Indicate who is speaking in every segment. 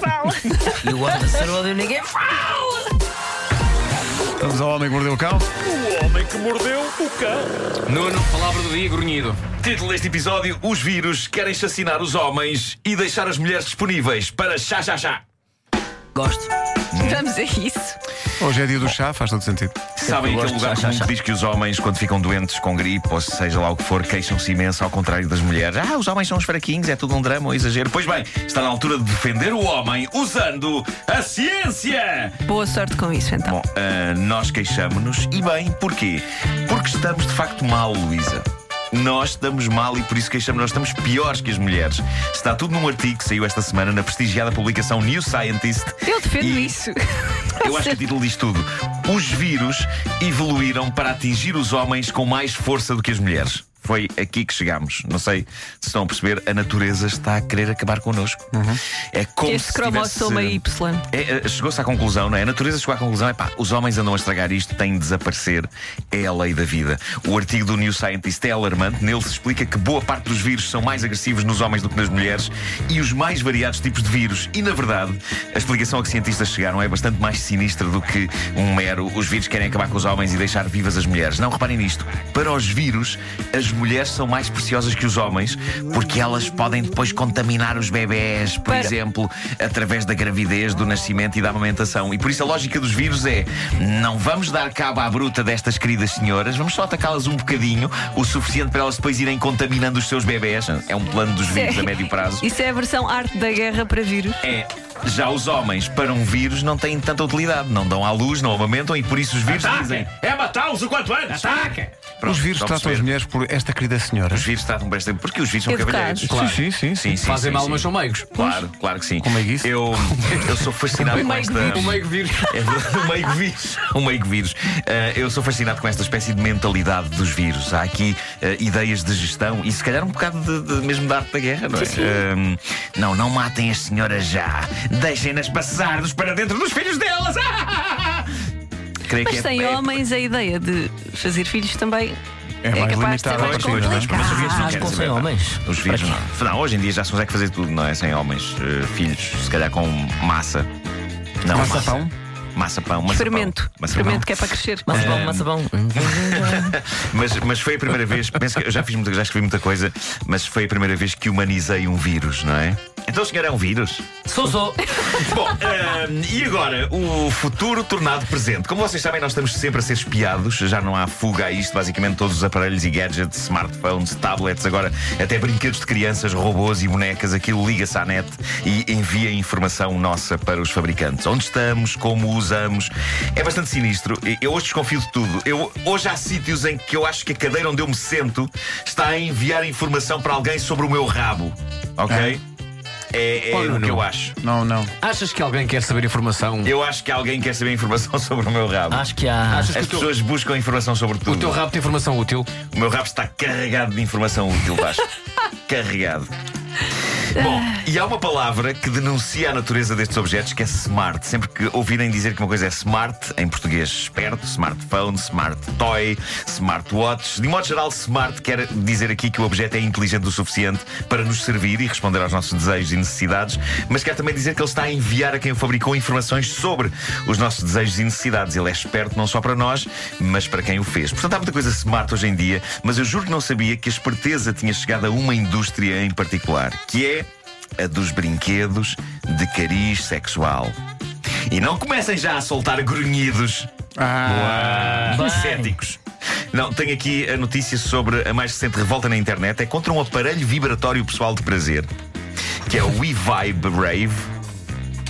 Speaker 1: fala. e o homem sarola e ninguém fala.
Speaker 2: Vamos ao homem que mordeu o cão.
Speaker 3: O homem que mordeu o cão.
Speaker 4: Nuno, palavra do dia, grunhido.
Speaker 3: Título deste episódio: Os vírus querem assassinar os homens e deixar as mulheres disponíveis para chá chá chá.
Speaker 1: Gosto.
Speaker 5: Vamos a isso.
Speaker 2: Hoje é dia do chá, faz todo sentido.
Speaker 3: Sabem
Speaker 1: Eu
Speaker 3: aquele
Speaker 1: gosto
Speaker 3: lugar
Speaker 1: de chá,
Speaker 3: comum
Speaker 1: chá,
Speaker 3: que diz que os homens, quando ficam doentes com gripe ou seja lá o que for, queixam-se imenso, ao contrário das mulheres. Ah, os homens são os fraquinhos, é tudo um drama, um exagero. Pois bem, está na altura de defender o homem usando a ciência!
Speaker 5: Boa sorte com isso, então.
Speaker 3: Bom, ah, nós queixamos-nos e bem, porquê? Porque estamos de facto mal, Luísa. Nós estamos mal e por isso queixamos, nós estamos piores que as mulheres. Está tudo num artigo que saiu esta semana na prestigiada publicação New Scientist.
Speaker 5: Eu defendo
Speaker 3: E-
Speaker 5: isso.
Speaker 3: Eu acho que o título diz tudo. Os vírus evoluíram para atingir os homens com mais força do que as mulheres. Foi aqui que chegamos. Não sei se estão a perceber, a natureza está a querer acabar connosco. É como
Speaker 5: Este
Speaker 3: se
Speaker 5: cromossoma
Speaker 3: tivesse...
Speaker 5: Y.
Speaker 3: É, é, Chegou-se à conclusão, não é? A natureza chegou à conclusão: é pá, os homens andam a estragar isto, têm de desaparecer. É a lei da vida. O artigo do New Scientist é alarmante. Nele se explica que boa parte dos vírus são mais agressivos nos homens do que nas mulheres e os mais variados tipos de vírus. E na verdade, a explicação a que cientistas chegaram é bastante mais sinistra do que um mero os vírus querem acabar com os homens e deixar vivas as mulheres. Não, reparem nisto. Para os vírus, as mulheres são mais preciosas que os homens porque elas podem depois contaminar os bebés, por
Speaker 5: Para-
Speaker 3: exemplo exemplo, através da gravidez, do nascimento e da amamentação. E por isso a lógica dos vírus é: não vamos dar cabo à bruta destas queridas senhoras, vamos só atacá-las um bocadinho, o suficiente para elas depois irem contaminando os seus bebés. É um plano dos vírus a médio prazo.
Speaker 5: Isso é a versão arte da guerra para vírus.
Speaker 3: É. Já os homens, para um vírus, não têm tanta utilidade. Não dão à luz, não amamentam e por isso os vírus dizem.
Speaker 4: É matá-los o quanto antes! Ataca!
Speaker 3: Pronto,
Speaker 2: Os vírus
Speaker 3: estão a
Speaker 2: tratam as
Speaker 3: perceber.
Speaker 2: mulheres por esta querida senhora.
Speaker 3: Os vírus tratam por esta. Porque os vírus são
Speaker 5: Educados.
Speaker 3: cavalheiros.
Speaker 2: Claro. Sim, sim, sim.
Speaker 3: Sim, sim,
Speaker 4: Fazem
Speaker 3: sim,
Speaker 4: mal,
Speaker 3: sim.
Speaker 4: mas são meigos.
Speaker 3: Claro, claro que sim.
Speaker 2: Como é que isso?
Speaker 3: Eu, eu sou fascinado com esta.
Speaker 4: O meigo vírus.
Speaker 3: É verdade, um meio vírus. Um meio vírus. Ah, eu sou fascinado com esta espécie de mentalidade dos vírus. Há aqui ah, ideias de gestão e se calhar um bocado de, de- mesmo da arte da guerra, não é? Ah, não, não matem as senhoras já. Deixem-nas passar-nos para dentro dos filhos delas. Ah! Creio
Speaker 5: Mas
Speaker 3: é-
Speaker 5: sem
Speaker 3: é-
Speaker 5: homens a ideia de fazer filhos também
Speaker 2: É mais
Speaker 5: capaz de ser
Speaker 2: limitado,
Speaker 5: mais
Speaker 2: acho que, mas- mas-
Speaker 3: Mas os vírus
Speaker 5: complicado.
Speaker 3: não
Speaker 1: Ah,
Speaker 3: querem
Speaker 1: com
Speaker 3: saber,
Speaker 1: sem
Speaker 3: pá.
Speaker 1: homens.
Speaker 3: Os vírus
Speaker 1: Para
Speaker 3: não. Não, hoje em dia já se consegue fazer tudo, não é? Sem homens, eh, filhos, se calhar com massa. Não,
Speaker 2: Massa pão?
Speaker 3: Massa pão, massa
Speaker 5: Fermento.
Speaker 3: pão. Massa pão.
Speaker 5: Fermento que é para crescer.
Speaker 1: Mas bom, mas bom.
Speaker 3: Mas, mas foi a primeira vez, penso que eu já fiz muita, já escrevi muita coisa, mas foi a primeira vez que humanizei um vírus, não é? Então o senhor é um vírus?
Speaker 1: Sou, sou.
Speaker 3: Bom, ahm, e agora o futuro tornado presente. Como vocês sabem, nós estamos sempre a ser espiados, já não há fuga a isto. Basicamente, todos os aparelhos e gadgets, smartphones, tablets, agora até brinquedos de crianças, robôs e bonecas, aquilo liga-se à net e envia informação nossa para os fabricantes. Onde estamos, como o usamos. É bastante sinistro. E Eu hoje desconfio de tudo. Eu, hoje há sítios em que eu acho que a cadeira onde eu me sento está a enviar informação para alguém sobre o meu rabo. Ok? É, é
Speaker 4: Oh,
Speaker 3: o que
Speaker 4: Nuno.
Speaker 3: eu acho.
Speaker 2: Não, não.
Speaker 4: Achas que alguém quer saber informação?
Speaker 3: Eu acho que alguém quer saber informação sobre o meu rabo.
Speaker 1: Acho que há.
Speaker 4: Achas
Speaker 3: As
Speaker 4: que o teu,
Speaker 3: pessoas buscam informação sobre tudo.
Speaker 4: Ah, o teu rabo tem informação útil?
Speaker 3: O meu rabo está carregado de informação útil, Vasco. carregado.
Speaker 4: Ah.
Speaker 3: Bom, e há uma palavra que denuncia a natureza destes objetos que é smart. Sempre que ouvirem dizer que uma coisa é smart, em português esperto, smartphone, smart toy, smartwatch, de modo geral, smart quer dizer aqui que o objeto é inteligente o suficiente para nos servir e responder aos nossos desejos e necessidades, mas quer também dizer que ele está a enviar a quem o fabricou informações sobre os nossos desejos e necessidades. Ele é esperto não só para nós, mas para quem o fez. Portanto, há muita coisa smart hoje em dia, mas eu juro que não sabia que a esperteza tinha chegado a uma indústria em particular, que é a dos brinquedos de cariz sexual. E não comecem já a soltar grunhidos
Speaker 2: Ah.
Speaker 1: Bem.
Speaker 3: céticos. Não, tenho aqui a notícia sobre a mais recente revolta na internet. É contra um aparelho vibratório pessoal de prazer, que é o WeVibe Rave.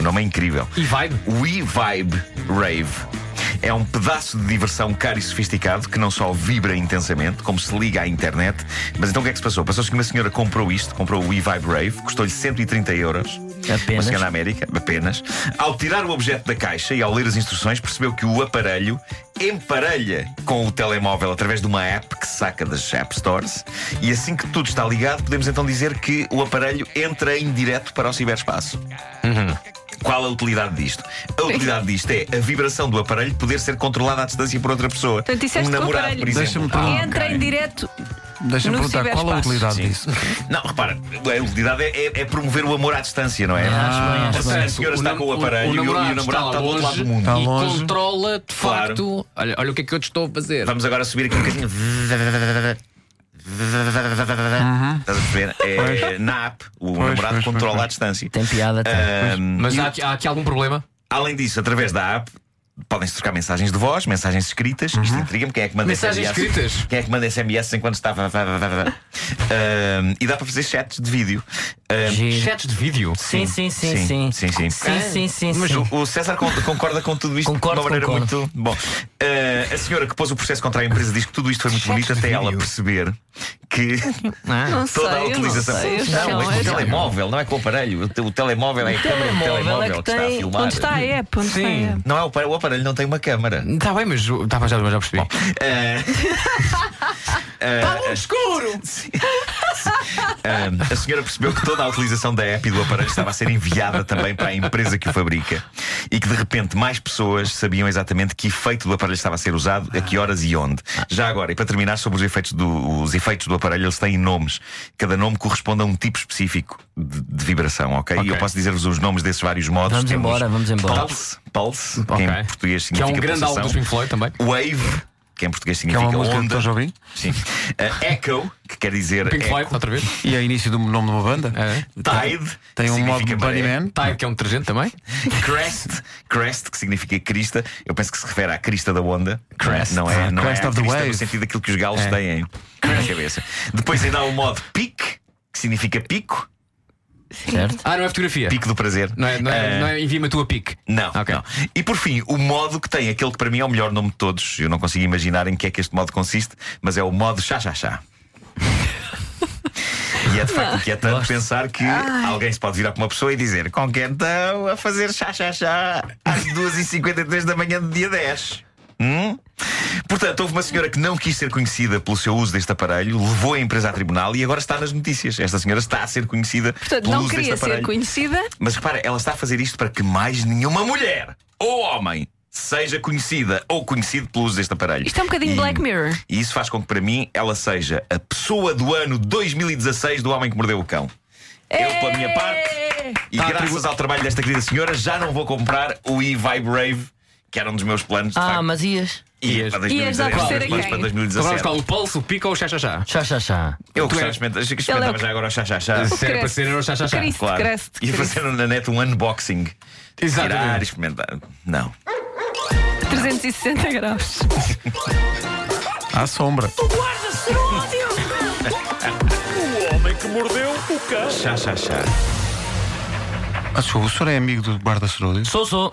Speaker 3: O nome é incrível.
Speaker 4: E vibe?
Speaker 3: WeVibe Rave. É um pedaço de diversão caro e sofisticado que não só vibra intensamente, como se liga à internet. Mas então o que é que se passou? Passou-se que uma senhora comprou isto, comprou o WeVibe Rave, custou-lhe 130 euros. Uma
Speaker 1: Apenas.
Speaker 3: senhora na América, apenas. Ao tirar o objeto da caixa e ao ler as instruções, percebeu que o aparelho emparelha com o telemóvel através de uma app que se saca das App Stores. E assim que tudo está ligado, podemos então dizer que o aparelho entra em direto para o ciberespaço. Qual a utilidade disto? A utilidade disto é a vibração do aparelho poder ser controlada à distância por outra pessoa.
Speaker 5: Portanto, disseste
Speaker 3: um
Speaker 5: que o
Speaker 3: namorado,
Speaker 5: aparelho-
Speaker 3: por exemplo.
Speaker 2: Deixa-me perguntar.
Speaker 5: Entra em direto
Speaker 2: Deixa-me
Speaker 5: No
Speaker 2: perguntar qual a utilidade
Speaker 5: ciberespaço.
Speaker 3: Sim.
Speaker 2: disso.
Speaker 3: Ah. Não, repara, a utilidade é, é- é promover o amor à distância, não é?
Speaker 1: Ah, acho bem,
Speaker 3: a
Speaker 1: acho bem.
Speaker 3: senhora está
Speaker 4: nam-
Speaker 3: com o aparelho e o- e o namorado está do outro lado do mundo.
Speaker 2: Está
Speaker 4: e
Speaker 2: longe.
Speaker 4: controla de
Speaker 3: Claro.
Speaker 4: facto. Olha, olha o que é que eu te estou a fazer.
Speaker 3: Vamos agora subir aqui um bocadinho. Estás a perceber? É, na app, o namorado
Speaker 2: pois,
Speaker 3: controla
Speaker 2: pois.
Speaker 3: à distância.
Speaker 1: Tem piada, tem.
Speaker 3: Ahm,
Speaker 4: Mas há, aqui- há aqui algum problema?
Speaker 3: além disso, através da app. Podem-se trocar mensagens de voz, mensagens escritas. Isto intriga-me. Quem é que manda
Speaker 4: Mensagens
Speaker 3: SMS?
Speaker 4: escritas?
Speaker 3: Quem é que manda SMS enquanto está. Ahm, e dá para fazer chats de vídeo. Ahm,
Speaker 1: Giro.
Speaker 4: Chats de vídeo?
Speaker 1: Sim, sim, sim,
Speaker 3: Sim,
Speaker 1: sim.
Speaker 3: sim, sim.
Speaker 1: Sim, sim, sim,
Speaker 3: Mas
Speaker 1: sim.
Speaker 3: o- o César con- concorda com tudo isto
Speaker 1: Concordo,
Speaker 3: de uma maneira
Speaker 1: concordo.
Speaker 3: muito. Bom, eh, a senhora que pôs o processo contra a empresa diz que tudo isto foi muito bonito até ela perceber que
Speaker 1: Ah.
Speaker 5: Não
Speaker 3: toda
Speaker 5: sei,
Speaker 3: a
Speaker 5: eu
Speaker 3: utilização.
Speaker 5: Não, sei, eu
Speaker 3: Não,
Speaker 5: sei,
Speaker 3: mas
Speaker 5: eu
Speaker 3: o telemóvel, não é com o aparelho. O, te- o telemóvel é a câmera do
Speaker 1: telemóvel
Speaker 3: telemóvel
Speaker 1: é que
Speaker 3: que, está a
Speaker 1: tem-
Speaker 3: filmar.
Speaker 5: Onde está a app? Onde está a app?
Speaker 3: Não é o aparelho, o aparelho não tem uma câmara.
Speaker 4: Está bem, mas tá, bem, já, já percebi.
Speaker 3: Ah, Ahm, a senhora percebeu que toda a utilização da app e do aparelho estava a ser enviada também para a empresa que o fabrica e que de repente mais pessoas sabiam exatamente que efeito do aparelho estava a ser usado, a que horas e onde. Já agora, e para terminar sobre os efeitos do, os efeitos do aparelho, eles têm nomes. Cada nome corresponde a um tipo específico de, de vibração, ok? E eu posso dizer-vos os nomes desses vários modos.
Speaker 1: Vamos
Speaker 3: Temos
Speaker 1: embora, vamos embora.
Speaker 3: Pulse, pulse
Speaker 4: Ok.
Speaker 3: que em português
Speaker 4: Que é
Speaker 3: significa
Speaker 4: um grande álbum
Speaker 3: pulsação.
Speaker 4: dos Pink Floyd também.
Speaker 3: Wave, que em português
Speaker 1: um
Speaker 2: Que é
Speaker 3: significa
Speaker 2: uma música de
Speaker 3: onda.
Speaker 2: Tom Jobim.
Speaker 3: Sim. Ah, echo, que quer dizer
Speaker 4: Pink
Speaker 3: eco.
Speaker 4: Floyd, outra vez.
Speaker 2: E é início do nome de uma banda.
Speaker 4: É.
Speaker 3: Tide
Speaker 2: Tem um modo
Speaker 3: significa maré.
Speaker 2: Bunny Man.
Speaker 4: Tide, que é um detergente também.
Speaker 3: Crest, crest, que significa crista, eu penso que se refere à crista da onda. Crest, não é? Não
Speaker 2: crest
Speaker 3: é
Speaker 2: of the
Speaker 3: crista
Speaker 2: wave.
Speaker 3: no sentido daquilo que os galos têm na cabeça. Depois ainda há o modo pique, que significa pico,
Speaker 1: Certo?
Speaker 4: Ah, não é fotografia.
Speaker 3: pico do prazer.
Speaker 4: Não é, não é,
Speaker 3: Ah,
Speaker 4: não é envia-me a tua pique.
Speaker 3: Não,
Speaker 4: Ok.
Speaker 3: não. E por fim, o modo que tem aquele que para mim é o melhor nome de todos. Eu não consigo imaginar em que é que este modo consiste, mas é o modo chá chá chá. E é de facto inquietante pensar que alguém se pode virar para uma pessoa e dizer com quem estão a fazer chá chá chá às 2h53 da manhã do dia 10. Hum? Portanto, houve uma senhora que não quis ser conhecida pelo seu uso deste aparelho, levou a empresa a tribunal e agora está nas notícias. Esta senhora está a ser conhecida
Speaker 5: Portanto,
Speaker 3: pelo
Speaker 5: não
Speaker 3: uso
Speaker 5: queria
Speaker 3: deste
Speaker 5: ser
Speaker 3: aparelho.
Speaker 5: conhecida.
Speaker 3: Mas repara, ela está a fazer isto para que mais nenhuma mulher ou homem seja conhecida ou conhecido pelo uso deste aparelho.
Speaker 5: Isto é um bocadinho
Speaker 3: E-
Speaker 5: Black Mirror.
Speaker 3: E isso faz com que, para mim, ela seja a pessoa do ano 2016 do Homem que Mordeu o Cão. Eu, pela minha parte,
Speaker 5: É.
Speaker 3: e
Speaker 4: Tá
Speaker 3: graças
Speaker 4: atribu-
Speaker 3: ao trabalho desta querida senhora, já não vou comprar o e-Vibe Rave, que era um dos meus planos, de
Speaker 1: Ah,
Speaker 3: facto.
Speaker 1: mas ias?
Speaker 3: E é para
Speaker 5: Ias
Speaker 3: 2016,
Speaker 5: dar por
Speaker 3: um
Speaker 5: ser
Speaker 3: dos planos
Speaker 5: a quem?
Speaker 3: para
Speaker 4: Cobramos
Speaker 3: 2017.
Speaker 4: qual Então o pulso, o pico ou o chá-chá-chá?
Speaker 1: Chá, chá, chá.
Speaker 3: Eu gostava
Speaker 4: Tu és-
Speaker 3: de experimentar-
Speaker 5: é
Speaker 3: acho que experimentava já agora o chá chá chá.
Speaker 5: O
Speaker 4: Se era para
Speaker 5: Cresce.
Speaker 4: ser, era o chá-chá-chá.
Speaker 5: Cresce.
Speaker 3: Claro.
Speaker 5: Crest,
Speaker 3: E
Speaker 5: crest.
Speaker 3: fazer na net um unboxing. Tirar,
Speaker 4: Exatamente.
Speaker 3: experimentar. Não.
Speaker 5: 360 graus.
Speaker 2: À sombra.
Speaker 3: Chá chá chá.
Speaker 2: Ah, desculpa, o senhor é amigo do guarda-serúdio?
Speaker 1: Sou, sou.